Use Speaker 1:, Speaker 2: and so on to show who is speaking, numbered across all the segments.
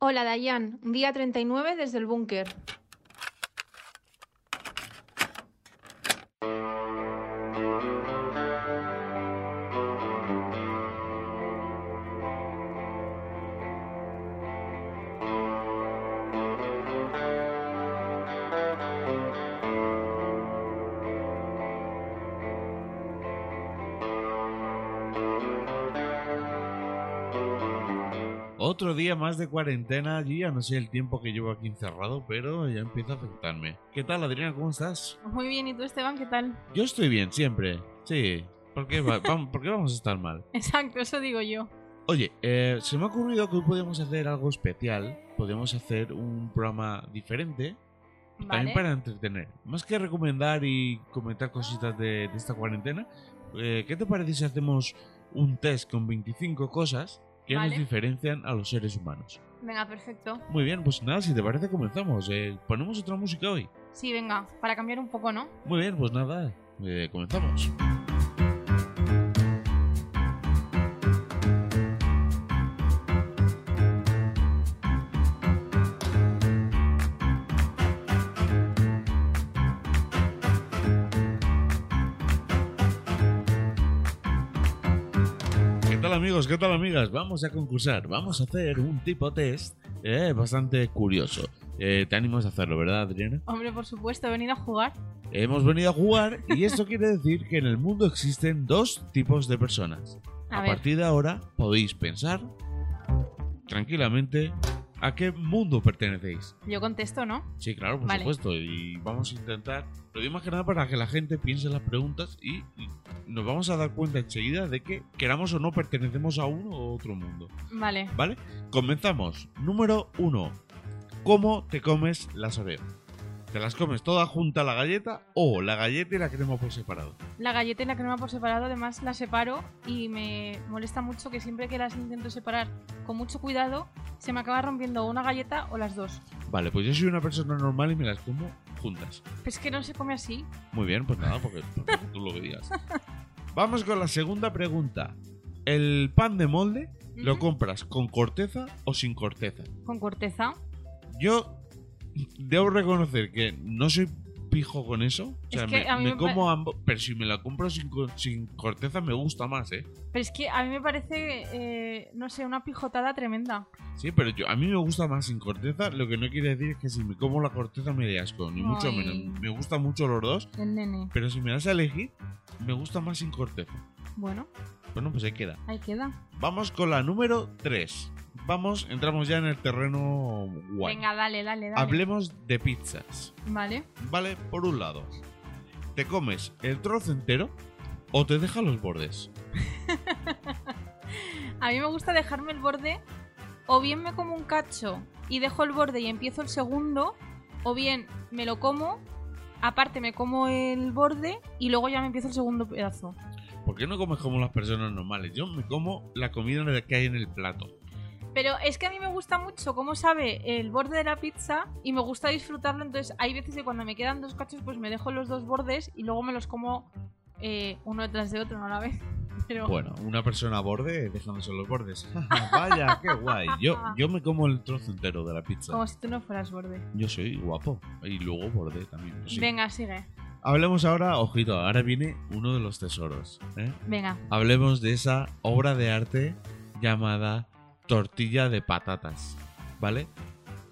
Speaker 1: Hola Dayan, día 39 desde el búnker.
Speaker 2: Otro día más de cuarentena allí, ya no sé el tiempo que llevo aquí encerrado, pero ya empieza a afectarme. ¿Qué tal, Adriana? ¿Cómo estás?
Speaker 1: Muy bien, ¿y tú Esteban qué tal?
Speaker 2: Yo estoy bien, siempre. Sí. ¿Por qué, va- vam- por qué vamos a estar mal?
Speaker 1: Exacto, eso digo yo.
Speaker 2: Oye, eh, se me ha ocurrido que hoy podemos hacer algo especial. Podemos hacer un programa diferente,
Speaker 1: Vale.
Speaker 2: también para entretener. Más que recomendar y comentar cositas de, de esta cuarentena, eh, ¿qué te parece si hacemos un test con 25 cosas que
Speaker 1: Vale.
Speaker 2: nos diferencian a los seres humanos?
Speaker 1: Venga, perfecto.
Speaker 2: Muy bien, pues nada, si te parece comenzamos. Eh, ponemos otra música hoy.
Speaker 1: Sí, venga, para cambiar un poco, ¿no?
Speaker 2: Muy bien, pues nada, eh, comenzamos. ¿Qué tal amigos? ¿Qué tal amigas? Vamos a concursar, vamos a hacer un tipo test eh, bastante curioso. Eh, te animas a hacerlo, ¿verdad, Adriana?
Speaker 1: Hombre, por supuesto, venir a jugar.
Speaker 2: Hemos venido a jugar y esto quiere decir que en el mundo existen dos tipos de personas.
Speaker 1: A,
Speaker 2: A,
Speaker 1: ver,
Speaker 2: partir de ahora podéis pensar tranquilamente a qué mundo pertenecéis.
Speaker 1: yo contesto, ¿no?
Speaker 2: Sí, claro, por
Speaker 1: Vale.
Speaker 2: supuesto. Y vamos a intentar, lo digo más que nada para que la gente piense las preguntas y y nos vamos a dar cuenta enseguida de que queramos o no pertenecemos a uno o otro mundo.
Speaker 1: Vale.
Speaker 2: ¿Vale? Comenzamos. Número uno. ¿Cómo te comes las orejas? ¿Te las comes toda junta la galleta o la galleta y la crema por separado?
Speaker 1: La galleta y la crema por separado, además la separo y me molesta mucho que siempre que las intento separar con mucho cuidado, se me acaba rompiendo una galleta o las dos.
Speaker 2: Vale, pues yo soy una persona normal y me las como juntas.
Speaker 1: Pero es que no se come así.
Speaker 2: Muy bien, pues nada, porque porque tú lo veías. Vamos con la segunda pregunta. ¿El pan de molde lo
Speaker 1: Ujú.
Speaker 2: compras con corteza o sin corteza?
Speaker 1: Mm, Con corteza.
Speaker 2: Yo debo reconocer que no soy pijo con eso. O sea,
Speaker 1: Es que
Speaker 2: me,
Speaker 1: a mí
Speaker 2: me
Speaker 1: me pa-
Speaker 2: como ambos. Pero si me la compro sin, co- sin corteza, me gusta más, ¿eh?
Speaker 1: Pero es que a mí me parece, eh, no sé, una pijotada tremenda.
Speaker 2: Sí, pero yo, a mí me gusta más sin corteza. Lo que no quiere decir es que si me como la corteza me dé asco, ni mucho
Speaker 1: Ay.
Speaker 2: menos. Me gustan mucho los dos,
Speaker 1: El nene.
Speaker 2: pero si me das a elegir, me gusta más sin corteza.
Speaker 1: Bueno,
Speaker 2: Bueno, pues ahí queda.
Speaker 1: ahí queda.
Speaker 2: Vamos con la número 3. Vamos, entramos ya en el terreno guay.
Speaker 1: Venga, dale, dale, dale.
Speaker 2: Hablemos de pizzas.
Speaker 1: Vale.
Speaker 2: Vale, por un lado, ¿te comes el trozo entero o te deja los bordes?
Speaker 1: A mí me gusta dejarme el borde. O bien me como un cacho y dejo el borde y empiezo el segundo. O bien me lo como. Aparte me como el borde y luego ya me empiezo el segundo pedazo.
Speaker 2: ¿Por qué no comes como las personas normales? Yo me como la comida que hay en el plato.
Speaker 1: Pero es que a mí me gusta mucho cómo sabe el borde de la pizza y me gusta disfrutarlo. Entonces hay veces que cuando me quedan dos cachos pues me dejo los dos bordes y luego me los como eh, uno detrás de otro, no a la vez. Pero
Speaker 2: Bueno, una persona a borde dejándose los bordes. Vaya, qué guay. Yo, yo me como el trozo entero de la pizza.
Speaker 1: como si tú no fueras borde.
Speaker 2: Yo soy guapo. Y luego borde también. pues sí.
Speaker 1: Venga, sigue.
Speaker 2: Hablemos ahora, ojito, ahora viene uno de los tesoros. ¿eh?
Speaker 1: Venga.
Speaker 2: hablemos de esa obra de arte llamada tortilla de patatas, ¿vale?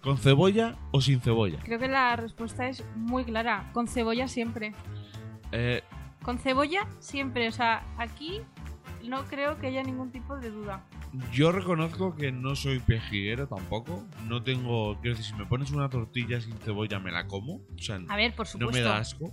Speaker 2: ¿Con cebolla o sin cebolla?
Speaker 1: Creo que la respuesta es muy clara. Con cebolla siempre.
Speaker 2: Eh,
Speaker 1: Con cebolla siempre. O sea, aquí no creo que haya ningún tipo de duda.
Speaker 2: yo reconozco que no soy pejiguero tampoco, no tengo, quiero decir, si me pones una tortilla sin cebolla me la como, o sea,
Speaker 1: A ver, por
Speaker 2: no
Speaker 1: supuesto.
Speaker 2: me da asco,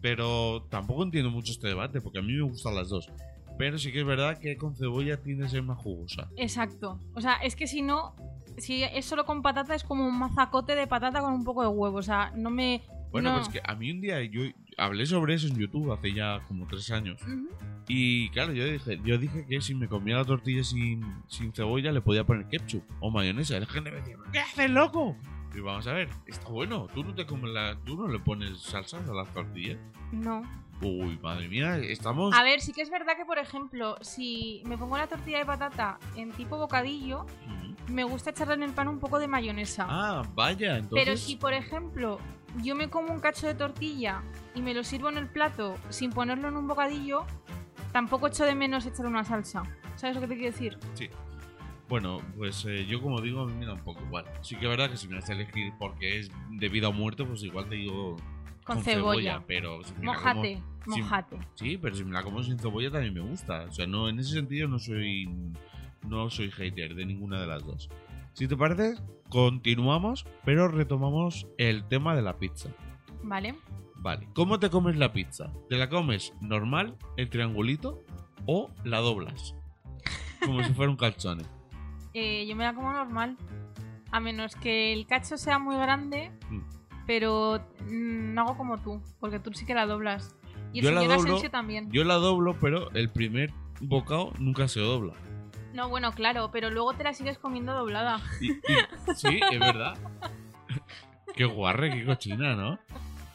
Speaker 2: pero tampoco entiendo mucho este debate porque a mí me gustan las dos, pero sí que es verdad que con cebolla tiende a ser más jugosa.
Speaker 1: Exacto. O sea, es que si no, si es solo con patata es como un mazacote de patata con un poco de huevo. O sea, no me...
Speaker 2: Bueno,
Speaker 1: No.
Speaker 2: pues que a mí un día yo hablé sobre eso en YouTube hace ya como tres años.
Speaker 1: Ujú.
Speaker 2: Y claro, yo dije, yo dije que si me comía la tortilla sin, sin cebolla le podía poner ketchup o mayonesa. La gente me decía, ¿qué haces, loco? Y vamos a ver, está bueno. ¿Tú no, te comes la, ¿Tú no le pones salsa a las tortillas?
Speaker 1: No.
Speaker 2: Uy, madre mía, estamos...
Speaker 1: A ver, sí que es verdad que, por ejemplo, si me pongo la tortilla de patata en tipo bocadillo,
Speaker 2: Mm.
Speaker 1: me gusta echarle en el pan un poco de mayonesa.
Speaker 2: Ah, vaya, entonces...
Speaker 1: Pero si, por ejemplo, yo me como un cacho de tortilla y me lo sirvo en el plato sin ponerlo en un bocadillo, tampoco echo de menos echarle una salsa. ¿Sabes lo que te quiero decir?
Speaker 2: Bueno, pues eh, yo como digo, a mí me da un poco igual. Sí que es verdad que si me das a elegir porque es de vida o muerte, pues igual te digo
Speaker 1: Con, cebolla.
Speaker 2: Pero si me la como-
Speaker 1: Mojate,
Speaker 2: sin-
Speaker 1: mojate.
Speaker 2: sí, pero si me la como sin cebolla también me gusta. O sea, no, en ese sentido no soy, no soy hater de ninguna de las dos. Si te parece, continuamos, pero retomamos el tema de la pizza.
Speaker 1: ¿Vale?
Speaker 2: Vale, ¿cómo te comes la pizza? ¿Te la comes normal, el triangulito, o la doblas? Como si fuera un calzone.
Speaker 1: Eh, yo me la como normal. A menos que el cacho sea muy grande,
Speaker 2: Mm.
Speaker 1: pero mm, no hago como tú, porque tú sí que la doblas. Y el
Speaker 2: Yo la
Speaker 1: señor
Speaker 2: doblo,
Speaker 1: Asensio también.
Speaker 2: Yo la doblo, pero el primer bocado nunca se dobla.
Speaker 1: No, bueno, claro, pero luego te la sigues comiendo doblada.
Speaker 2: Y- y- sí, es verdad. qué guarre, qué cochina, ¿no?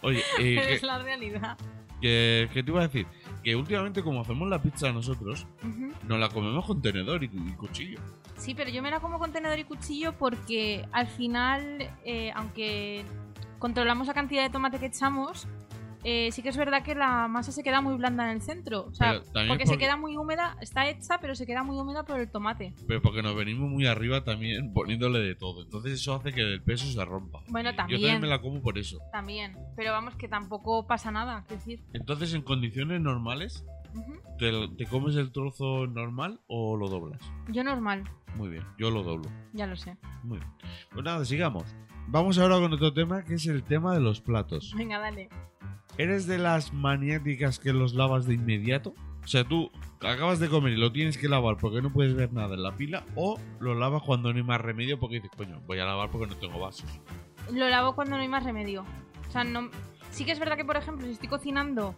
Speaker 2: Oye, eh,
Speaker 1: Pero es
Speaker 2: que,
Speaker 1: la realidad.
Speaker 2: que- que te iba a decir? Que últimamente como hacemos la pizza nosotros,
Speaker 1: Ujú.
Speaker 2: nos la comemos con tenedor y, y cuchillo.
Speaker 1: Sí, pero yo me la como con tenedor y cuchillo porque al final, eh, aunque controlamos la cantidad de tomate que echamos, eh, sí que es verdad que la masa se queda muy blanda en el centro. O sea,
Speaker 2: Pero también
Speaker 1: porque
Speaker 2: es
Speaker 1: se queda muy húmeda, está hecha, pero se queda muy húmeda por el tomate.
Speaker 2: Pero porque nos venimos muy arriba también poniéndole de todo. Entonces eso hace que el peso se rompa.
Speaker 1: Bueno,
Speaker 2: Y Yo
Speaker 1: también.
Speaker 2: también me la como por eso.
Speaker 1: También. Pero vamos, que tampoco pasa nada. quiero decir,
Speaker 2: Entonces, en condiciones normales,
Speaker 1: ujú.
Speaker 2: ¿te- ¿te comes el trozo normal o lo doblas?
Speaker 1: yo normal,
Speaker 2: Muy bien, yo lo doblo.
Speaker 1: ya lo sé.
Speaker 2: Muy bien. Pues nada, sigamos. Vamos ahora con otro tema que es el tema de los platos.
Speaker 1: Venga, dale.
Speaker 2: ¿Eres de las maniáticas que los lavas de inmediato? O sea, tú acabas de comer y lo tienes que lavar porque no puedes ver nada en la pila o lo lavas cuando no hay más remedio porque dices, coño, voy a lavar porque no tengo vasos.
Speaker 1: lo lavo cuando no hay más remedio. O sea, no... sí que es verdad que, por ejemplo, si estoy cocinando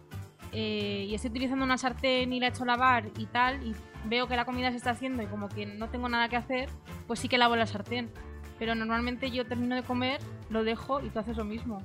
Speaker 1: eh, y estoy utilizando una sartén y la he hecho lavar y tal, y veo que la comida se está haciendo y como que no tengo nada que hacer, pues sí que lavo la sartén. Pero normalmente yo termino de comer, lo dejo y tú haces lo mismo.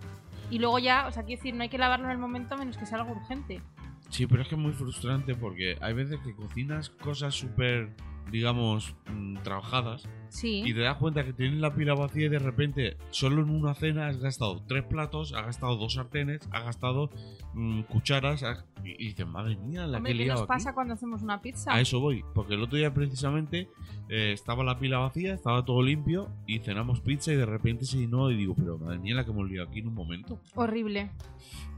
Speaker 1: Y luego ya, o sea, quiero decir, no hay que lavarlo en el momento a menos que sea algo urgente.
Speaker 2: Sí, pero es que es muy frustrante porque hay veces que cocinas cosas súper, digamos, mm, trabajadas y
Speaker 1: Sí,
Speaker 2: te das cuenta que tienes la pila vacía y de repente solo en una cena has gastado tres platos, has gastado dos sartenes, has gastado mm, cucharas has- y, y dices, madre mía, la
Speaker 1: hombre,
Speaker 2: que he
Speaker 1: ¿qué
Speaker 2: liado
Speaker 1: nos
Speaker 2: aquí".
Speaker 1: pasa cuando hacemos una pizza?
Speaker 2: A eso voy, porque el otro día precisamente eh, estaba la pila vacía, estaba todo limpio y cenamos pizza y de repente se llenó y digo, pero madre mía, la que hemos liado aquí en un momento.
Speaker 1: Horrible.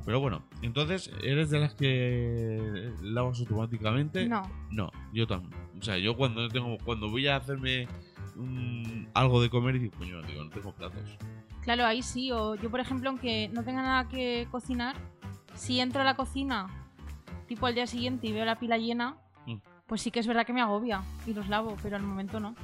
Speaker 2: Pero bueno, entonces, ¿eres de las que lavas automáticamente?
Speaker 1: No.
Speaker 2: No, yo también. O sea, yo cuando no tengo, cuando voy a hacerme mm, algo de comer y digo, coño, digo, no tengo platos.
Speaker 1: Claro, ahí sí. O yo, por ejemplo, aunque no tenga nada que cocinar, si entro a la cocina, tipo al día siguiente, y veo la pila llena,
Speaker 2: Mm.
Speaker 1: pues sí que es verdad que me agobia y los lavo, pero al momento no.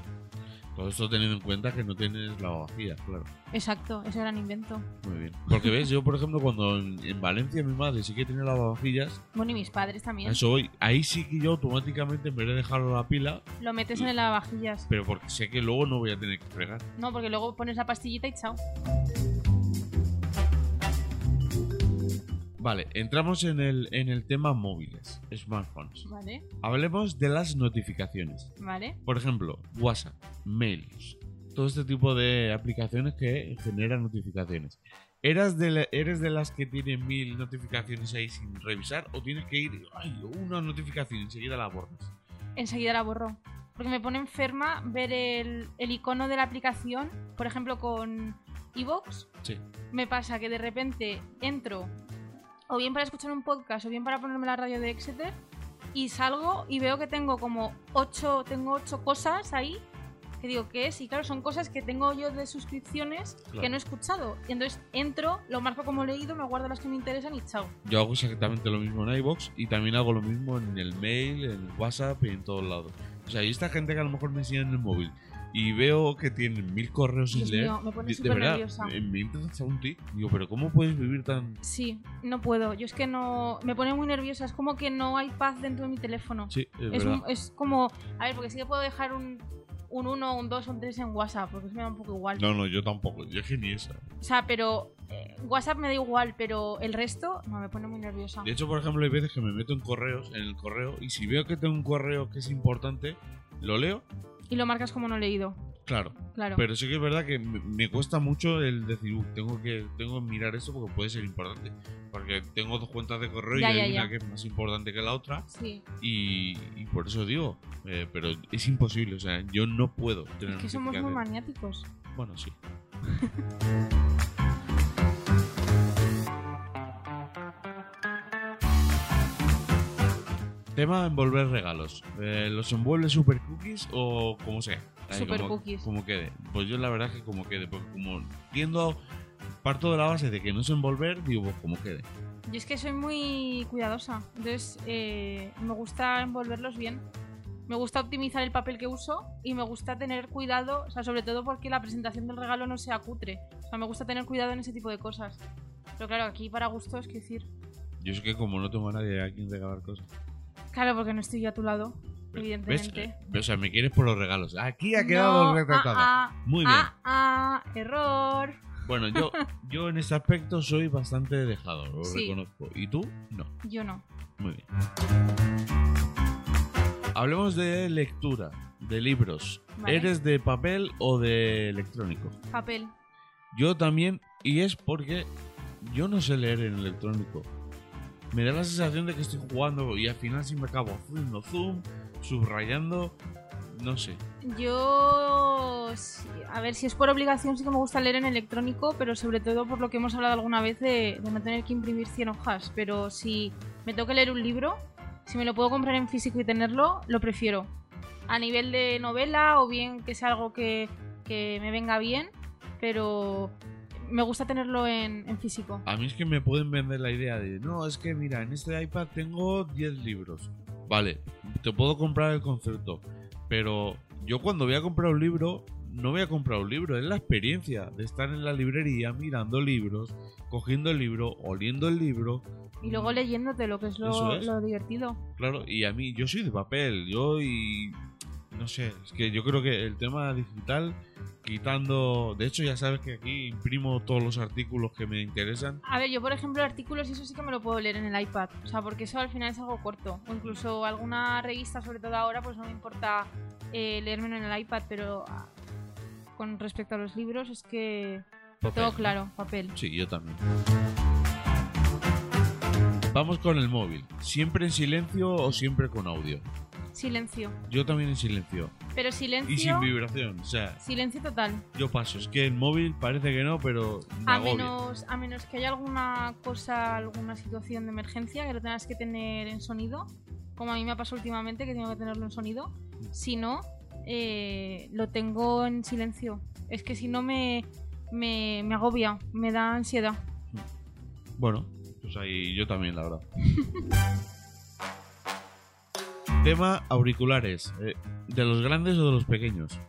Speaker 2: Todo esto teniendo en cuenta que no tienes la vacía, claro.
Speaker 1: Exacto, ese gran invento.
Speaker 2: Muy bien. Porque ves, yo por ejemplo cuando en, en Valencia mi madre sí que tiene lavavajillas,
Speaker 1: Bueno, y mis padres
Speaker 2: a
Speaker 1: también.
Speaker 2: eso voy. Ahí sí que yo automáticamente en vez de dejarlo a la pila,
Speaker 1: Lo metes en el lavavajillas.
Speaker 2: pero porque sé que luego no voy a tener que fregar.
Speaker 1: No, porque luego pones la pastillita y chao.
Speaker 2: Vale, entramos en el, en el tema móviles, smartphones.
Speaker 1: Vale,
Speaker 2: Hablemos de las notificaciones.
Speaker 1: vale.
Speaker 2: Por ejemplo, WhatsApp, mails, todo este tipo de aplicaciones que generan notificaciones. ¿Eras de la- ¿Eres de las que tienen mil notificaciones ahí sin revisar o tienes que ir, ay, una notificación y enseguida la borras?
Speaker 1: Enseguida la borro. Porque me pone enferma ver el, el icono de la aplicación, por ejemplo, con iVoox,
Speaker 2: Sí.
Speaker 1: me pasa que de repente entro o bien para escuchar un podcast o bien para ponerme la radio de Exeter y salgo y veo que tengo como ocho, tengo ocho cosas ahí que digo que es y claro, son cosas que tengo yo de suscripciones
Speaker 2: Claro.
Speaker 1: que no he escuchado. Y entonces entro, lo marco como leído, me guardo las que me interesan y chao.
Speaker 2: Yo hago exactamente lo mismo en iBox y también hago lo mismo en el mail, en WhatsApp y en todos lados. O sea, hay esta gente que a lo mejor me sigue en el móvil y veo que tienen mil correos sin
Speaker 1: Dios
Speaker 2: leer.
Speaker 1: mío, me pone
Speaker 2: de, de
Speaker 1: súper
Speaker 2: verdad,
Speaker 1: nerviosa.
Speaker 2: eh, me empieza a hacer un tic. Digo, pero ¿cómo puedes vivir tan...?
Speaker 1: Sí, no puedo. Yo es que no. Me pone muy nerviosa. Es como que no hay paz dentro de mi teléfono.
Speaker 2: Sí, es
Speaker 1: Es, un-
Speaker 2: verdad.
Speaker 1: es como. A ver, porque sí que puedo dejar un, un 1, un 2, un 3 en WhatsApp, porque eso me da un poco igual.
Speaker 2: No, no, yo tampoco. Yo es que ni esa.
Speaker 1: O sea, pero eh, WhatsApp me da igual, pero el resto no me pone muy nerviosa.
Speaker 2: De hecho, por ejemplo, hay veces que me meto en correos, en el correo, y si veo que tengo un correo que es importante, lo leo,
Speaker 1: Y lo marcas como no leído,
Speaker 2: claro.
Speaker 1: claro.
Speaker 2: Pero sí que es verdad que me- me cuesta mucho el decir, "Uh, tengo que tengo que mirar esto porque puede ser importante. Porque tengo dos cuentas de correo
Speaker 1: Ya,
Speaker 2: y
Speaker 1: ya,
Speaker 2: hay
Speaker 1: ya.
Speaker 2: una que es más importante que la otra.
Speaker 1: sí,
Speaker 2: Y, y por eso digo, eh, pero es imposible, o sea, yo no puedo tener
Speaker 1: es que somos muy
Speaker 2: notificaciones.
Speaker 1: maniáticos.
Speaker 2: Bueno, sí. Tema envolver regalos. Eh, ¿Los envuelve super cookies o como sea? Ahí,
Speaker 1: Super
Speaker 2: como-
Speaker 1: cookies.
Speaker 2: Como quede. Pues yo la verdad es que como quede, porque como tiendo, parto de la base de que no es envolver, digo, pues como quede.
Speaker 1: Yo es que soy muy cuidadosa, entonces eh, me gusta envolverlos bien. Me gusta optimizar el papel que uso y me gusta tener cuidado, o sea, sobre todo porque la presentación del regalo no sea cutre. O sea, me gusta tener cuidado en ese tipo de cosas. Pero claro, aquí para gustos, quiero decir.
Speaker 2: Yo es que como no tengo a nadie a quien regalar cosas.
Speaker 1: Claro, porque no estoy yo a tu lado,
Speaker 2: ¿Ves?
Speaker 1: evidentemente.
Speaker 2: O sea, me quieres por los regalos. Aquí ha quedado
Speaker 1: No,
Speaker 2: retratada.
Speaker 1: ah, ah,
Speaker 2: Muy bien.
Speaker 1: Ah, ah, error.
Speaker 2: Bueno, yo, yo en ese aspecto soy bastante dejado, lo
Speaker 1: Sí.
Speaker 2: reconozco. ¿Y tú? No.
Speaker 1: Yo no.
Speaker 2: Muy bien. Hablemos de lectura, de libros.
Speaker 1: Vale.
Speaker 2: ¿Eres de papel o de electrónico?
Speaker 1: Papel.
Speaker 2: Yo también, y es porque yo no sé leer en electrónico. Me da la sensación de que estoy jugando y al final sí me acabo haciendo zoom, subrayando, no sé.
Speaker 1: Yo, sí, a ver, si es por obligación sí que me gusta leer en electrónico, pero sobre todo por lo que hemos hablado alguna vez de, de no tener que imprimir 100 hojas. Pero si me tengo que leer un libro, si me lo puedo comprar en físico y tenerlo, lo prefiero. A nivel de novela o bien que sea algo que, que me venga bien, pero me gusta tenerlo en, en físico.
Speaker 2: A mí es que me pueden vender la idea de, no, es que mira, en este iPad tengo 10 libros. Vale, te puedo comprar el concepto, pero yo cuando voy a comprar un libro, no voy a comprar un libro, es la experiencia de estar en la librería mirando libros, cogiendo el libro, oliendo el libro.
Speaker 1: Y luego leyéndote lo que es lo,
Speaker 2: Eso es.
Speaker 1: lo divertido.
Speaker 2: Claro, y a mí, yo soy de papel, yo y... No sé, es que yo creo que el tema digital, quitando... De hecho, ya sabes que aquí imprimo todos los artículos que me interesan.
Speaker 1: A ver, yo por ejemplo artículos y eso sí que me lo puedo leer en el iPad, o sea, porque eso al final es algo corto. O incluso alguna revista, sobre todo ahora, pues no me importa eh, leérmelo en el iPad, pero ah, con respecto a los libros es que
Speaker 2: Papel,
Speaker 1: todo
Speaker 2: ¿no?
Speaker 1: claro, papel.
Speaker 2: Sí, yo también. Vamos con el móvil. ¿Siempre en silencio o siempre con audio?
Speaker 1: Silencio.
Speaker 2: Yo también en silencio.
Speaker 1: Pero
Speaker 2: Y sin
Speaker 1: silencio...
Speaker 2: vibración. O sea,
Speaker 1: Silencio total.
Speaker 2: yo paso. Es que el móvil parece que no, pero me
Speaker 1: A
Speaker 2: agobia.
Speaker 1: menos, a menos que haya alguna cosa, alguna situación de emergencia que lo tengas que tener en sonido, como a mí me ha pasado últimamente que tengo que tenerlo en sonido. Si no, eh, lo tengo en silencio. Es que si no me, me, me agobia, me da ansiedad.
Speaker 2: Bueno, pues ahí yo también, la verdad. Tema auriculares. Eh, ¿De los grandes o de los pequeños?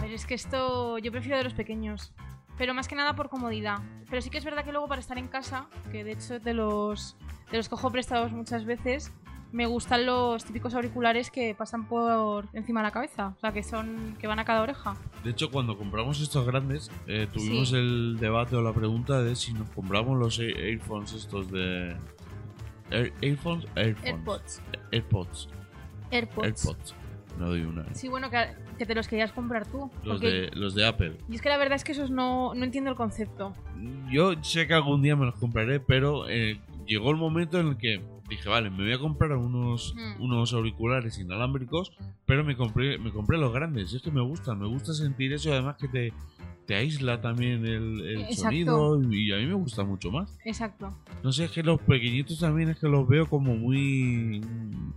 Speaker 1: Pero es que esto yo prefiero de los pequeños. Pero más que nada por comodidad. Pero sí que es verdad que luego para estar en casa, que de hecho te los, te los cojo prestados muchas veces, me gustan los típicos auriculares que pasan por encima de la cabeza. O sea, que son que van a cada oreja.
Speaker 2: De hecho, cuando compramos estos grandes, eh, tuvimos
Speaker 1: Sí.
Speaker 2: el debate o la pregunta de si nos compramos los Air- Airphones estos de... Air- Airphones, Airphones.
Speaker 1: AirPods.
Speaker 2: Airpods.
Speaker 1: AirPods.
Speaker 2: Airpods. No doy una. eh.
Speaker 1: Sí, bueno, que, que te los querías comprar tú.
Speaker 2: Los,
Speaker 1: porque-
Speaker 2: de, los de Apple.
Speaker 1: Y es que la verdad es que esos no, no entiendo el concepto.
Speaker 2: Yo sé que algún día me los compraré, pero eh, llegó el momento en el que dije, vale, me voy a comprar unos,
Speaker 1: Mm.
Speaker 2: unos auriculares inalámbricos, pero me compré, me compré los grandes. Es que me gusta, me gusta sentir eso, además que te, te aísla también el, el
Speaker 1: Exacto.
Speaker 2: sonido y a mí me gusta mucho más.
Speaker 1: Exacto.
Speaker 2: No sé, es que los pequeñitos también es que los veo como muy...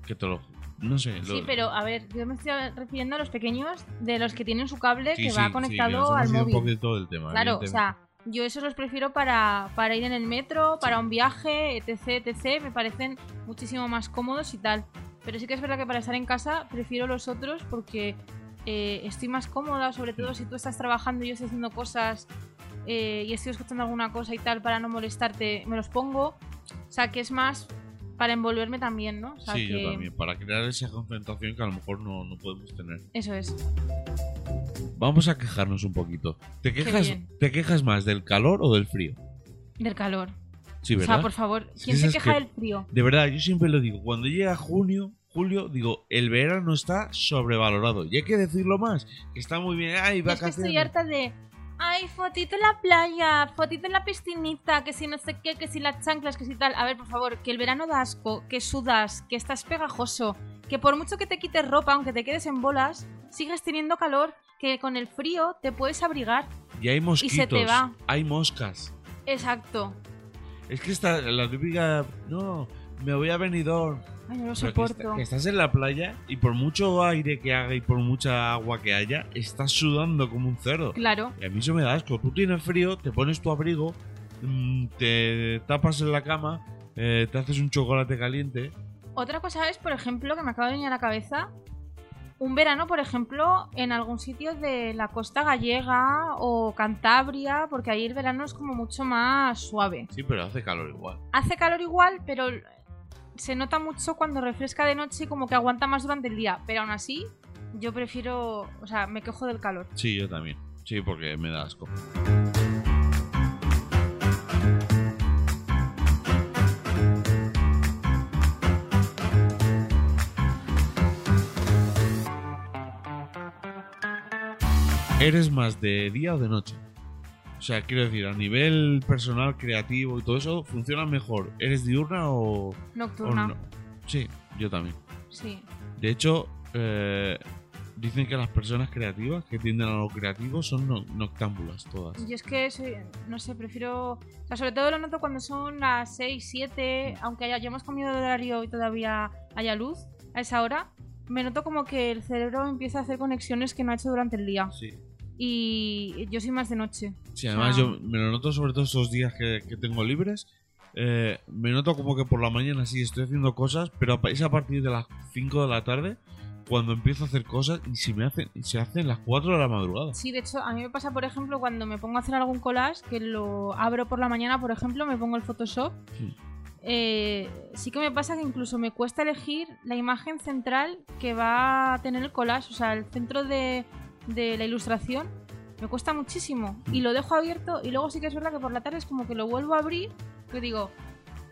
Speaker 2: que te los... No sé.
Speaker 1: Sí,
Speaker 2: lo-
Speaker 1: pero a ver, yo me estoy refiriendo a los pequeños, de los que tienen su cable
Speaker 2: Sí,
Speaker 1: que
Speaker 2: sí, sí,
Speaker 1: va
Speaker 2: que
Speaker 1: conectado
Speaker 2: nos hemos
Speaker 1: al
Speaker 2: ido
Speaker 1: móvil.
Speaker 2: un poquito del tema.
Speaker 1: Claro, o
Speaker 2: evidentemente.
Speaker 1: sea, yo esos los prefiero para, para ir en el metro, para un viaje, etc, etc. Me parecen muchísimo más cómodos y tal. Pero sí que es verdad que para estar en casa prefiero los otros porque eh, estoy más cómoda, sobre todo si tú estás trabajando y yo estoy haciendo cosas eh, y estoy escuchando alguna cosa y tal para no molestarte, me los pongo. O sea, que es más para envolverme también, ¿no? O sea,
Speaker 2: sí,
Speaker 1: que-
Speaker 2: yo también, para crear esa concentración que a lo mejor no, no podemos tener.
Speaker 1: Eso es.
Speaker 2: Vamos a quejarnos un poquito. ¿Te quejas,
Speaker 1: bien.
Speaker 2: ¿Te quejas más del calor o del frío?
Speaker 1: Del calor.
Speaker 2: Sí,
Speaker 1: O
Speaker 2: ¿verdad?
Speaker 1: sea, por favor,
Speaker 2: Es que
Speaker 1: ¿quién se
Speaker 2: esas
Speaker 1: queja
Speaker 2: que-
Speaker 1: del frío?
Speaker 2: De verdad, yo siempre lo digo. Cuando llega junio, julio, digo, el verano está sobrevalorado. Y hay que decirlo más. Que está muy bien. Ay,
Speaker 1: Es que
Speaker 2: vacaciones.
Speaker 1: estoy harta de. Ay, fotito en la playa, fotito en la piscinita, que si no sé qué, que si las chanclas, que si tal. A ver, por favor, que el verano da asco, que sudas, que estás pegajoso, que por mucho que te quites ropa, aunque te quedes en bolas, sigues teniendo calor, que con el frío te puedes abrigar.
Speaker 2: Y hay mosquitos.
Speaker 1: va.
Speaker 2: Hay moscas.
Speaker 1: Exacto.
Speaker 2: Es que está la típica. No, me voy a Benidorm.
Speaker 1: Ay, no lo
Speaker 2: Pero que,
Speaker 1: soporto.
Speaker 2: esta- que estás en la playa y por mucho aire que haga y por mucha agua que haya, estás sudando como un cerdo.
Speaker 1: Claro,
Speaker 2: Y a mí eso me da asco. Tú tienes frío, te pones tu abrigo, mm, te tapas en la cama, eh, te haces un chocolate caliente.
Speaker 1: Otra cosa es, por ejemplo, que me acaba de venir a la cabeza, un verano, por ejemplo, en algún sitio de la costa gallega o Cantabria, porque ahí el verano es como mucho más suave.
Speaker 2: Sí, pero hace calor igual.
Speaker 1: Hace calor igual, pero se nota mucho cuando refresca de noche y como que aguanta más durante el día. Pero aún así, yo prefiero, o sea, me quejo del calor.
Speaker 2: Sí, yo también. Sí, porque me da asco. ¿Eres más de día o de noche? O sea, quiero decir, a nivel personal, creativo y todo eso, ¿funciona mejor? ¿Eres diurna o, o
Speaker 1: Nocturna.
Speaker 2: Oh, no? Sí, yo también.
Speaker 1: Sí.
Speaker 2: De hecho, eh, dicen que las personas creativas que tienden a lo creativo son no- noctámbulas todas.
Speaker 1: Yo es que soy, no sé, prefiero. O sea, sobre todo lo noto cuando son las 6, 7, aunque hayamos comido de horario y todavía haya luz a esa hora, me noto como que el cerebro empieza a hacer conexiones que no ha hecho durante el día.
Speaker 2: Sí.
Speaker 1: Y yo soy más de noche.
Speaker 2: Sí, además
Speaker 1: Ah.
Speaker 2: yo me lo noto sobre todo estos días que, que tengo libres. Eh, me noto como que por la mañana sí estoy haciendo cosas, pero es a partir de las 5 de la tarde cuando empiezo a hacer cosas y se me hacen, se hacen las 4 de la madrugada.
Speaker 1: Sí, de hecho, a mí me pasa, por ejemplo, cuando me pongo a hacer algún collage, que lo abro por la mañana, por ejemplo, me pongo el Photoshop.
Speaker 2: Sí.
Speaker 1: eh, sí que me pasa que incluso me cuesta elegir la imagen central que va a tener el collage, o sea, el centro de, de la ilustración. Me cuesta muchísimo y lo dejo abierto y luego sí que es verdad que por la tarde es como que lo vuelvo a abrir que digo,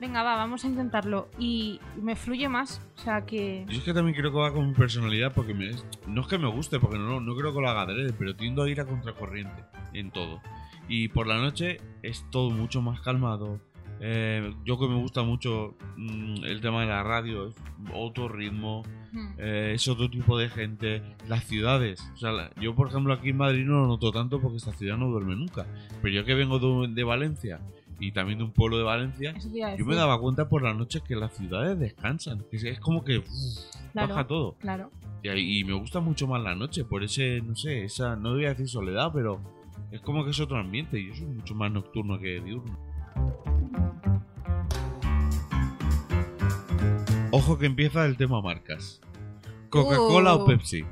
Speaker 1: venga, va, vamos a intentarlo y me fluye más, o sea que...
Speaker 2: Yo es que también creo que va con mi personalidad porque me- no es que me guste, porque no, no creo que lo haga adrede, pero tiendo a ir a contracorriente en todo. Y por la noche es todo mucho más calmado. Eh, yo que me gusta mucho mm, el tema de la radio, es otro ritmo,
Speaker 1: mm.
Speaker 2: eh, es otro tipo de gente, las ciudades. O sea, la- yo por ejemplo aquí en Madrid no lo noto tanto porque esta ciudad no duerme nunca. Pero yo que vengo de, un- de Valencia y también de un pueblo de Valencia,
Speaker 1: Eso te iba a
Speaker 2: yo me
Speaker 1: decir,
Speaker 2: daba cuenta por las noches que las ciudades descansan, que es- es como que... uff,
Speaker 1: claro,
Speaker 2: baja todo.
Speaker 1: claro.
Speaker 2: Y, ahí- y me gusta mucho más la noche, por ese, no sé, esa, no voy a decir soledad, pero es como que es otro ambiente y yo soy mucho más nocturno que diurno. Ojo que empieza el tema marcas. Coca-Cola o
Speaker 1: Uh.
Speaker 2: Pepsi.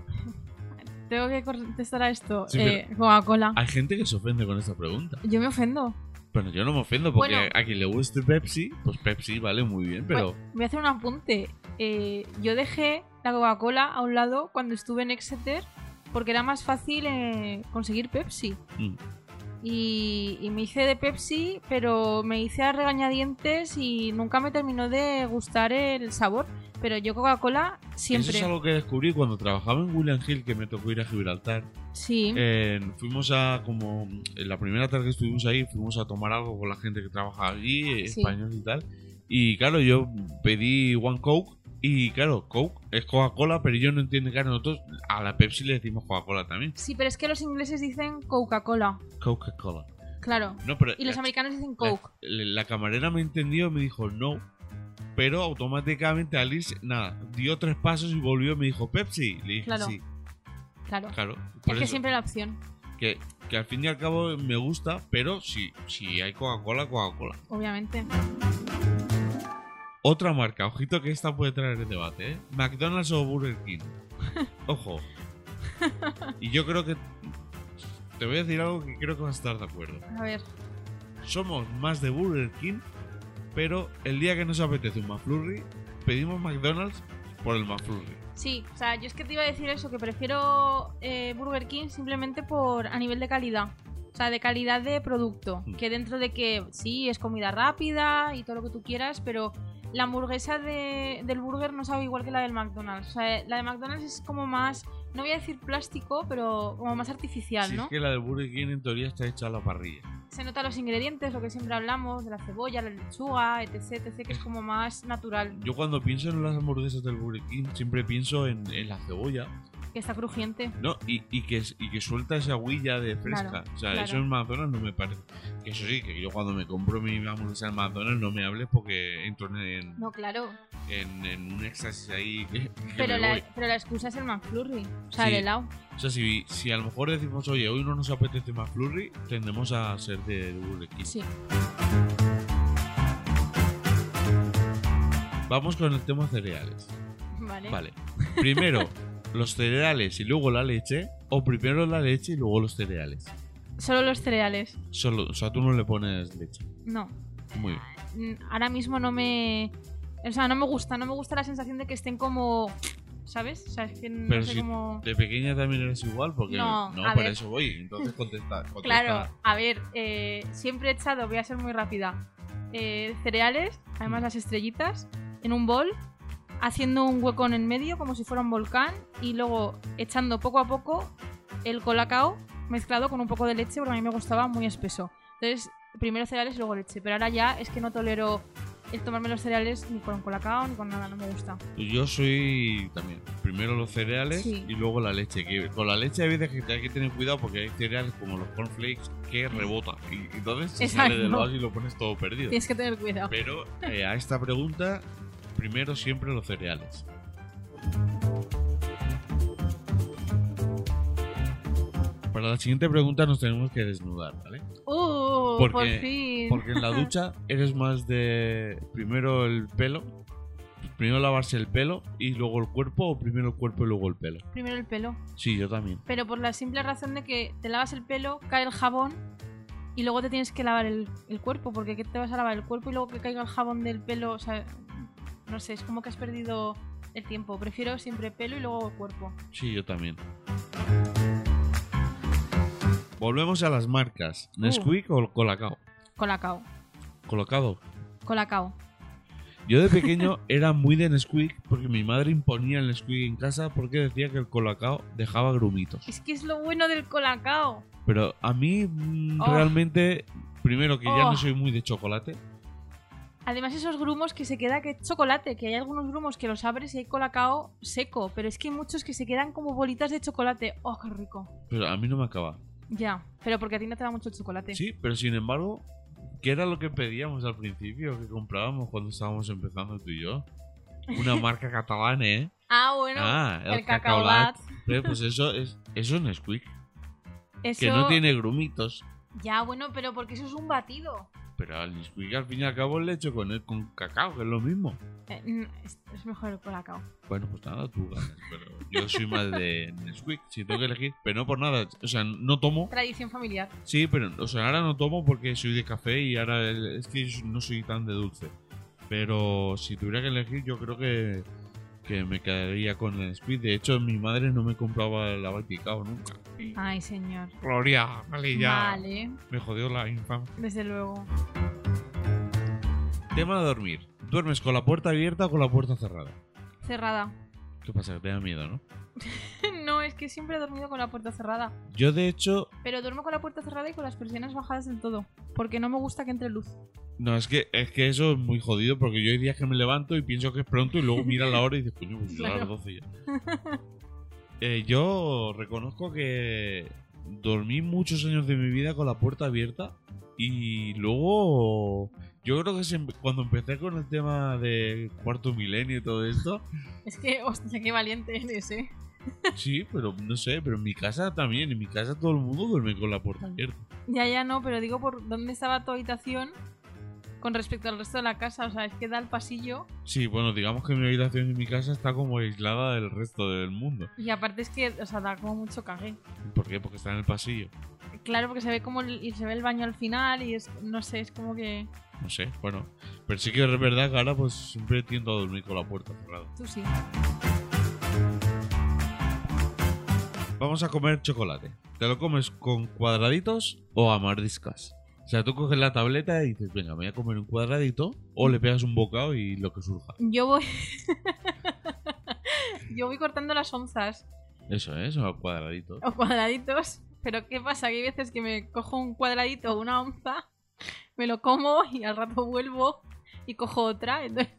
Speaker 1: Tengo que contestar a esto.
Speaker 2: Sí,
Speaker 1: eh, Coca-Cola.
Speaker 2: Hay gente que se ofende con esta pregunta.
Speaker 1: Yo me ofendo.
Speaker 2: Bueno, yo no me ofendo porque
Speaker 1: Bueno.
Speaker 2: a quien le guste Pepsi, pues Pepsi vale muy bien, pero
Speaker 1: Voy a hacer un apunte. Eh, yo dejé la Coca-Cola a un lado cuando estuve en Exeter porque era más fácil eh, conseguir Pepsi.
Speaker 2: Mm.
Speaker 1: Y, y me hice de Pepsi, pero me hice a regañadientes y nunca me terminó de gustar el sabor. Pero yo Coca-Cola siempre.
Speaker 2: eso es algo que descubrí cuando trabajaba en William Hill, que me tocó ir a Gibraltar.
Speaker 1: Sí.
Speaker 2: Eh, fuimos a, como en la primera tarde que estuvimos ahí, fuimos a tomar algo con la gente que trabaja allí, eh,
Speaker 1: Sí.
Speaker 2: español y tal. Y claro, yo pedí One Coke. Y claro, Coke es Coca-Cola, pero yo no entiendo que nosotros a la Pepsi le decimos Coca-Cola también.
Speaker 1: Sí, pero es que los ingleses dicen Coca-Cola.
Speaker 2: Coca-Cola.
Speaker 1: Claro.
Speaker 2: No, pero
Speaker 1: Y los
Speaker 2: la-
Speaker 1: americanos dicen
Speaker 2: la-
Speaker 1: Coke.
Speaker 2: La, camarera me entendió y me dijo no. Pero automáticamente Alice, nada, dio tres pasos y volvió y me dijo Pepsi. Le dije
Speaker 1: Claro.
Speaker 2: sí.
Speaker 1: Claro.
Speaker 2: Claro. por
Speaker 1: Es que
Speaker 2: eso.
Speaker 1: siempre la opción,
Speaker 2: que, que al fin y al cabo me gusta, pero si, si hay Coca-Cola, Coca-Cola.
Speaker 1: obviamente.
Speaker 2: Otra marca, ojito que esta puede traer el debate, ¿eh? McDonald's o Burger King. Ojo. Y yo creo que... Te voy a decir algo que creo que vas a estar de acuerdo.
Speaker 1: A ver.
Speaker 2: Somos más de Burger King Pero el día que nos apetece un McFlurry, pedimos McDonald's por el McFlurry.
Speaker 1: Sí, o sea, yo es que te iba a decir eso, que prefiero eh, Burger King simplemente por a nivel de calidad. O sea, de calidad de producto.
Speaker 2: Mm.
Speaker 1: Que dentro de que sí, es comida rápida y todo lo que tú quieras, pero la hamburguesa de- del burger no sabe igual que la del McDonald's. O sea, la de McDonald's es como más, no voy a decir plástico, pero como más artificial,
Speaker 2: Si
Speaker 1: ¿no?
Speaker 2: es que la de Burger King en teoría está hecha a la parrilla.
Speaker 1: Se notan los ingredientes, lo que siempre hablamos, de la cebolla, la lechuga, etc, etc, que es como más natural,
Speaker 2: Yo cuando pienso en las hamburguesas del Burger King, siempre pienso en, en la cebolla,
Speaker 1: que está crujiente.
Speaker 2: ¿no? Y, y que, y que suelta esa huilla de fresca.
Speaker 1: Claro,
Speaker 2: o sea,
Speaker 1: claro.
Speaker 2: eso en McDonald's no me parece. Que eso sí, que yo cuando me compro mi hamburguesa en McDonald's no me hables porque entro en,
Speaker 1: No, claro.
Speaker 2: en, en un éxtasis ahí que, que
Speaker 1: Pero
Speaker 2: me
Speaker 1: la,
Speaker 2: voy.
Speaker 1: pero la excusa es el McFlurry, o sea,
Speaker 2: Sí.
Speaker 1: el helado.
Speaker 2: O sea, si, si a lo mejor decimos, oye, hoy no nos apetece más Flurry, tendemos a ser de, de Burger King.
Speaker 1: Sí.
Speaker 2: Vamos con el tema cereales.
Speaker 1: Vale.
Speaker 2: Vale. Primero los cereales y luego la leche, o primero la leche y luego los cereales.
Speaker 1: Solo los cereales.
Speaker 2: Solo, o sea, tú no le pones leche.
Speaker 1: No.
Speaker 2: Muy bien.
Speaker 1: Mm, Ahora mismo no me. O sea, no me gusta. No me gusta la sensación de que estén como. ¿Sabes? O sea, es que no
Speaker 2: Pero
Speaker 1: sé
Speaker 2: si
Speaker 1: cómo.
Speaker 2: De pequeña también eres igual, porque
Speaker 1: No,
Speaker 2: no,
Speaker 1: a
Speaker 2: para
Speaker 1: ver.
Speaker 2: eso voy. Entonces contesta. contesta.
Speaker 1: Claro, a ver, eh, siempre he echado, voy a ser muy rápida. eh, cereales, además las estrellitas, en un bol, haciendo un hueco en el medio como si fuera un volcán y luego echando poco a poco el colacao mezclado con un poco de leche porque a mí me gustaba muy espeso. Entonces, primero cereales y luego leche, pero ahora ya es que no tolero el tomarme los cereales ni con colacao ni con nada, no me gusta.
Speaker 2: Pues Yo soy también. Primero los cereales
Speaker 1: Sí.
Speaker 2: y luego la leche. Que con la leche hay veces que hay que tener cuidado porque hay cereales como los cornflakes que rebotan. Y entonces se sale del
Speaker 1: Exacto.
Speaker 2: bol y lo pones todo perdido.
Speaker 1: Tienes que tener cuidado.
Speaker 2: Pero eh, a esta pregunta, primero siempre los cereales. Para la siguiente pregunta nos tenemos que desnudar, ¿vale?
Speaker 1: ¡Uh!
Speaker 2: Porque-
Speaker 1: por fin.
Speaker 2: Porque en la ducha eres más de primero el pelo, primero lavarse el pelo y luego el cuerpo, o primero el cuerpo y luego el pelo.
Speaker 1: Primero el pelo.
Speaker 2: Sí, yo también.
Speaker 1: pero por la simple razón de que te lavas el pelo, cae el jabón y luego te tienes que lavar el, el cuerpo, porque ¿qué te vas a lavar el cuerpo y luego que caiga el jabón del pelo? O sea, no sé, es como que has perdido el tiempo. Prefiero siempre pelo y luego cuerpo.
Speaker 2: Sí, yo también. Volvemos a las marcas.
Speaker 1: Uh.
Speaker 2: Nesquik o Colacao.
Speaker 1: Colacao,
Speaker 2: Colocado.
Speaker 1: colacao.
Speaker 2: Yo de pequeño era muy de Nesquik porque mi madre imponía el Nesquik en casa porque decía que el colacao dejaba grumitos.
Speaker 1: Es que es lo bueno del colacao.
Speaker 2: Pero a mí mm,
Speaker 1: Oh.
Speaker 2: realmente, primero que ya
Speaker 1: Oh.
Speaker 2: no soy muy de chocolate,
Speaker 1: Además esos grumos que se queda que es chocolate, que hay algunos grumos que los abres y hay colacao seco, pero es que hay muchos que se quedan como bolitas de chocolate. ¡Oh, qué rico!
Speaker 2: pero a mí no me acaba.
Speaker 1: Ya, pero porque a ti no te da mucho el chocolate.
Speaker 2: Sí, pero sin embargo, ¿qué era lo que pedíamos al principio, que comprábamos cuando estábamos empezando tú y yo? Una marca catalana, ¿eh?
Speaker 1: Ah, bueno,
Speaker 2: ah,
Speaker 1: el, cacaolat.
Speaker 2: Eh, Pues eso es, eso es Nesquik,
Speaker 1: Eso...
Speaker 2: que no tiene grumitos.
Speaker 1: Ya, bueno, pero porque eso es un batido.
Speaker 2: Pero al Nesquik al fin y al cabo le echo con, con cacao, que es lo mismo.
Speaker 1: Eh, mm, es, es mejor el colacao.
Speaker 2: Bueno, pues nada, tú ganas, pero yo soy más de Nesquik, si tengo que elegir, pero no por nada, o sea, no tomo,
Speaker 1: Tradición familiar.
Speaker 2: sí, pero, o sea, ahora no tomo porque soy de café y ahora el- es que yo no soy tan de dulce, pero si tuviera que elegir yo creo que, que me quedaría con el Nesquik, de hecho mi madre no me compraba la Vaticao nunca. Y-
Speaker 1: Ay, señor.
Speaker 2: Gloria, vale, ya
Speaker 1: Ah. Vale,
Speaker 2: me jodió la infancia.
Speaker 1: desde luego.
Speaker 2: Tema de dormir, ¿duermes con la puerta abierta o con la puerta cerrada?
Speaker 1: Cerrada.
Speaker 2: ¿Qué pasa? que Te da miedo, ¿no?
Speaker 1: no, es que siempre he dormido con la puerta cerrada.
Speaker 2: Yo de hecho
Speaker 1: Pero duermo con la puerta cerrada y con las persianas bajadas del todo. Porque no me gusta que entre luz.
Speaker 2: No, es que, es que eso es muy jodido porque yo hay días que me levanto y pienso que es pronto y luego mira la hora y dices, coño, pues son las
Speaker 1: Claro.
Speaker 2: 12 ya. Eh, yo reconozco que dormí muchos años de mi vida con la puerta abierta y luego yo creo que se empe- cuando empecé con el tema de cuarto milenio y todo esto,
Speaker 1: Es que, hostia, qué valiente eres, ¿eh?
Speaker 2: sí, pero no sé, pero en mi casa también, en mi casa todo el mundo duerme con la puerta abierta.
Speaker 1: Ya, ya no, pero digo por dónde estaba tu habitación con respecto al resto de la casa. O sea, es que da el pasillo.
Speaker 2: Sí, bueno, digamos que mi habitación en mi casa está como aislada del resto del mundo.
Speaker 1: Y aparte es que, o sea, da como mucho cague.
Speaker 2: ¿Por qué? Porque está en el pasillo.
Speaker 1: Claro, porque se ve como el- y se ve el baño al final y es, no sé, es como que
Speaker 2: No sé, bueno. Pero sí que es verdad que ahora pues siempre tiendo a dormir con la puerta cerrada.
Speaker 1: tú sí.
Speaker 2: Vamos a comer chocolate. ¿Te lo comes con cuadraditos o a mordiscas? O sea, tú coges la tableta y dices, venga, me voy a comer un cuadradito o le pegas un bocado y lo que surja.
Speaker 1: Yo voy Yo voy cortando las onzas
Speaker 2: Eso es, o a cuadraditos.
Speaker 1: o cuadraditos, pero ¿qué pasa? Que hay veces que me cojo un cuadradito o una onza, me lo como y al rato vuelvo y cojo otra, entonces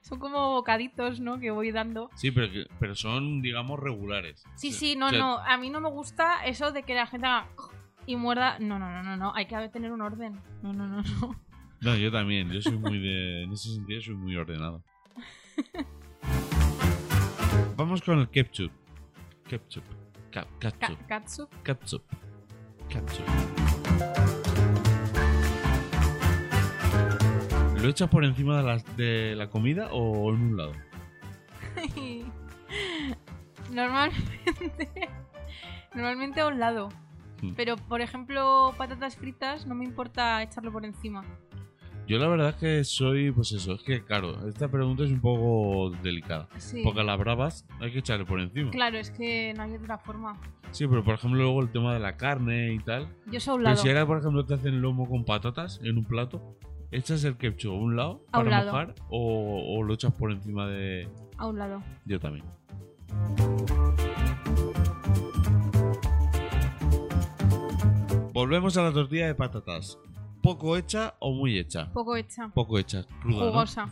Speaker 1: son como bocaditos, ¿no? que voy dando.
Speaker 2: Sí, pero, que- pero son, digamos, regulares.
Speaker 1: Sí,
Speaker 2: O sea,
Speaker 1: sí, no,
Speaker 2: o sea,
Speaker 1: no, a mí no me gusta eso de que la gente haga y muerda. No, no, no, no, no, hay que tener un orden. No, no, no, no.
Speaker 2: No, yo también. Yo soy muy de. En ese sentido, soy muy ordenado. Vamos con el ketchup. Ketchup. Cap-
Speaker 1: Ka-
Speaker 2: Ketchup.
Speaker 1: Katsu.
Speaker 2: Ketchup. Ketchup. ¿Lo echas por encima de la, de la comida o en un lado?
Speaker 1: Normalmente. Normalmente a un lado.
Speaker 2: Hmm.
Speaker 1: Pero, por ejemplo, patatas fritas no me importa echarlo por encima.
Speaker 2: Yo la verdad es que soy, pues eso, es que claro, esta pregunta es un poco delicada.
Speaker 1: Sí.
Speaker 2: Porque a las bravas hay que echarle por encima.
Speaker 1: Claro, es que no hay otra forma.
Speaker 2: Sí, pero por ejemplo luego el tema de la carne y tal.
Speaker 1: Yo soy a un
Speaker 2: Pero
Speaker 1: lado.
Speaker 2: si ahora, por ejemplo, te hacen lomo con patatas en un plato, ¿echas el ketchup a un lado
Speaker 1: A
Speaker 2: para
Speaker 1: un lado.
Speaker 2: mojar o, o lo echas por encima de.
Speaker 1: A un lado.
Speaker 2: Yo también. Volvemos a la tortilla de patatas. ¿Poco hecha o muy hecha?
Speaker 1: Poco hecha.
Speaker 2: Poco hecha, cruda. ¿no?
Speaker 1: Jugosa.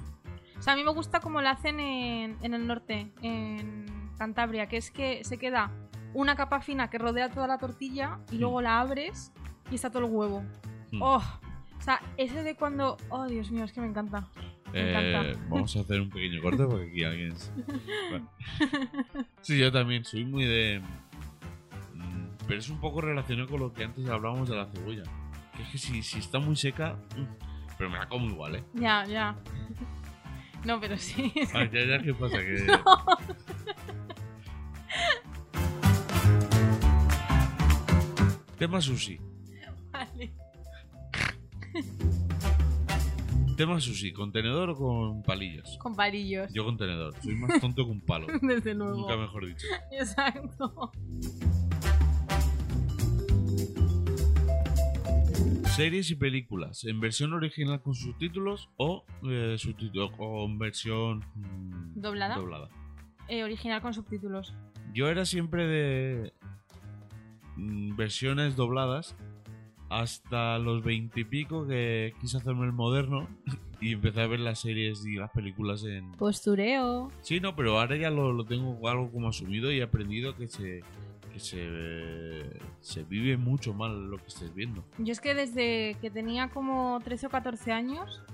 Speaker 1: O sea, a mí me gusta como la hacen en, en el norte, en Cantabria, que es que se queda una capa fina que rodea toda la tortilla y
Speaker 2: Mm.
Speaker 1: luego la abres y está todo el huevo.
Speaker 2: Mm.
Speaker 1: Oh, o sea, ese de cuando. Oh, Dios mío, es que me encanta. Me
Speaker 2: Eh,
Speaker 1: encanta.
Speaker 2: vamos a hacer un pequeño corte porque aquí alguien. se- Bueno. Sí, yo también soy muy de. Mm, Pero es un poco relacionado con lo que antes hablábamos de la cebolla. Que es que si, si está muy seca. mm, Pero me la como igual, ¿eh?
Speaker 1: Ya, ya. No, pero sí.
Speaker 2: Ah, ya, ya, ¿qué pasa? Que... Tema sushi.
Speaker 1: Vale.
Speaker 2: Tema sushi, ¿con tenedor o con palillos?
Speaker 1: Con palillos.
Speaker 2: Yo con tenedor, soy más tonto que un palo.
Speaker 1: Desde luego.
Speaker 2: Nunca mejor dicho.
Speaker 1: Exacto.
Speaker 2: Series y películas, en versión original con subtítulos o eh, subtítulo- o en versión mm,
Speaker 1: ¿Doblada? Eh, original con subtítulos.
Speaker 2: Yo era siempre de mm, versiones dobladas hasta los veintipico que quise hacerme el moderno y empecé a ver las series y las películas en...
Speaker 1: Postureo.
Speaker 2: Sí, no, pero ahora ya lo, lo tengo algo como asumido y he aprendido que se... Que se, eh, se vive mucho mal lo que estés viendo.
Speaker 1: Yo es que desde que tenía como 13 o 14 años,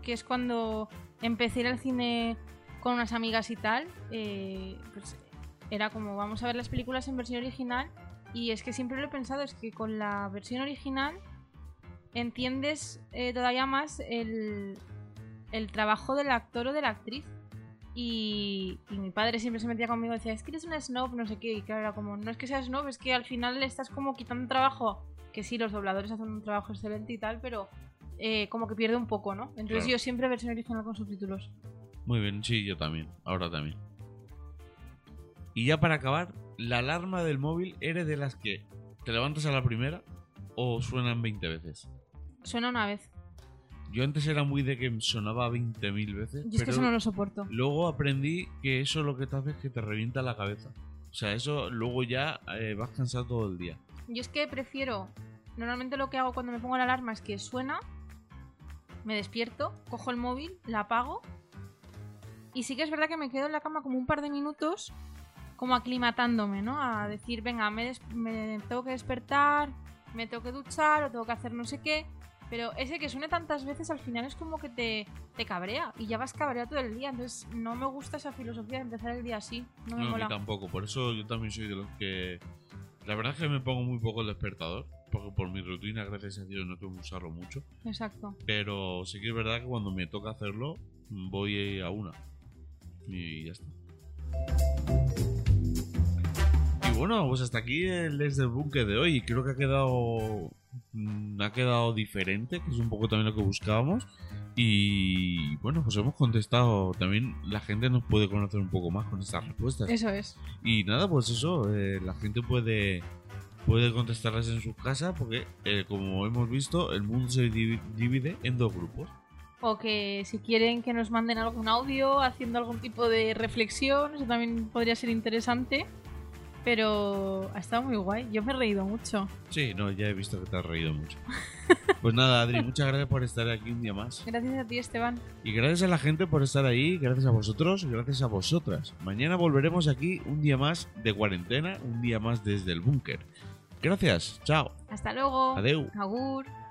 Speaker 1: que es cuando empecé a ir al cine con unas amigas y tal, eh, pues era como vamos a ver las películas en versión original y es que siempre lo he pensado, es que con la versión original entiendes eh, todavía más el, el trabajo del actor o de la actriz. Y, y mi padre siempre se metía conmigo y decía, es que eres una snob, no sé qué. Y claro, era como, no es que seas snob, es que al final le estás como quitando trabajo. Que sí, los dobladores hacen un trabajo excelente y tal, pero eh, como que pierde un poco, ¿no? Entonces
Speaker 2: Claro.
Speaker 1: yo siempre versión original con subtítulos.
Speaker 2: Muy bien, sí, yo también. Ahora también. Y ya para acabar, ¿la alarma del móvil eres de las que te levantas a la primera o suenan 20 veces?
Speaker 1: Suena una vez.
Speaker 2: Yo antes era muy de que sonaba 20.000 veces,
Speaker 1: Yo es que
Speaker 2: pero
Speaker 1: eso no lo soporto.
Speaker 2: luego aprendí que eso lo que te hace es que te revienta la cabeza. O sea, eso luego ya eh, vas cansado todo el día.
Speaker 1: Yo es que prefiero. Normalmente lo que hago cuando me pongo la alarma es que suena, me despierto, cojo el móvil, la apago. Y sí que es verdad que me quedo en la cama como un par de minutos, como aclimatándome, ¿no? A decir, venga, me, des- me tengo que despertar, me tengo que duchar o tengo que hacer no sé qué. Pero ese que suene tantas veces al final es como que te, te cabrea y ya vas cabreado todo el día. Entonces no me gusta esa filosofía de empezar el día así. No me
Speaker 2: No, a mí
Speaker 1: mola.
Speaker 2: tampoco. Por eso yo también soy de los que. La verdad es que me pongo muy poco el despertador, porque por mi rutina, gracias a Dios, no tengo que usarlo mucho.
Speaker 1: Exacto.
Speaker 2: Pero sí que es verdad que cuando me toca hacerlo, voy a una. Y ya está. Y bueno, pues hasta aquí el desde el búnker de hoy. Creo que ha quedado. mm, Ha quedado diferente, que es un poco también lo que buscábamos. Y bueno, pues hemos contestado. También la gente nos puede conocer un poco más con estas respuestas.
Speaker 1: Eso es.
Speaker 2: Y nada, pues eso, eh, la gente puede, puede contestarlas en sus casas porque, eh, como hemos visto, el mundo se divi- divide en dos grupos.
Speaker 1: O que si quieren que nos manden algún audio haciendo algún tipo de reflexión, eso también podría ser interesante. Pero ha estado muy guay. Yo me he reído mucho.
Speaker 2: Sí, no, ya he visto que te has reído mucho. Pues nada, Adri, muchas gracias por estar aquí un día más.
Speaker 1: Gracias a ti, Esteban.
Speaker 2: Y gracias a la gente por estar ahí, gracias a vosotros, gracias a vosotras. Mañana volveremos aquí un día más de cuarentena, un día más desde el búnker. Gracias, chao,
Speaker 1: Hasta luego.
Speaker 2: adeu.
Speaker 1: Agur.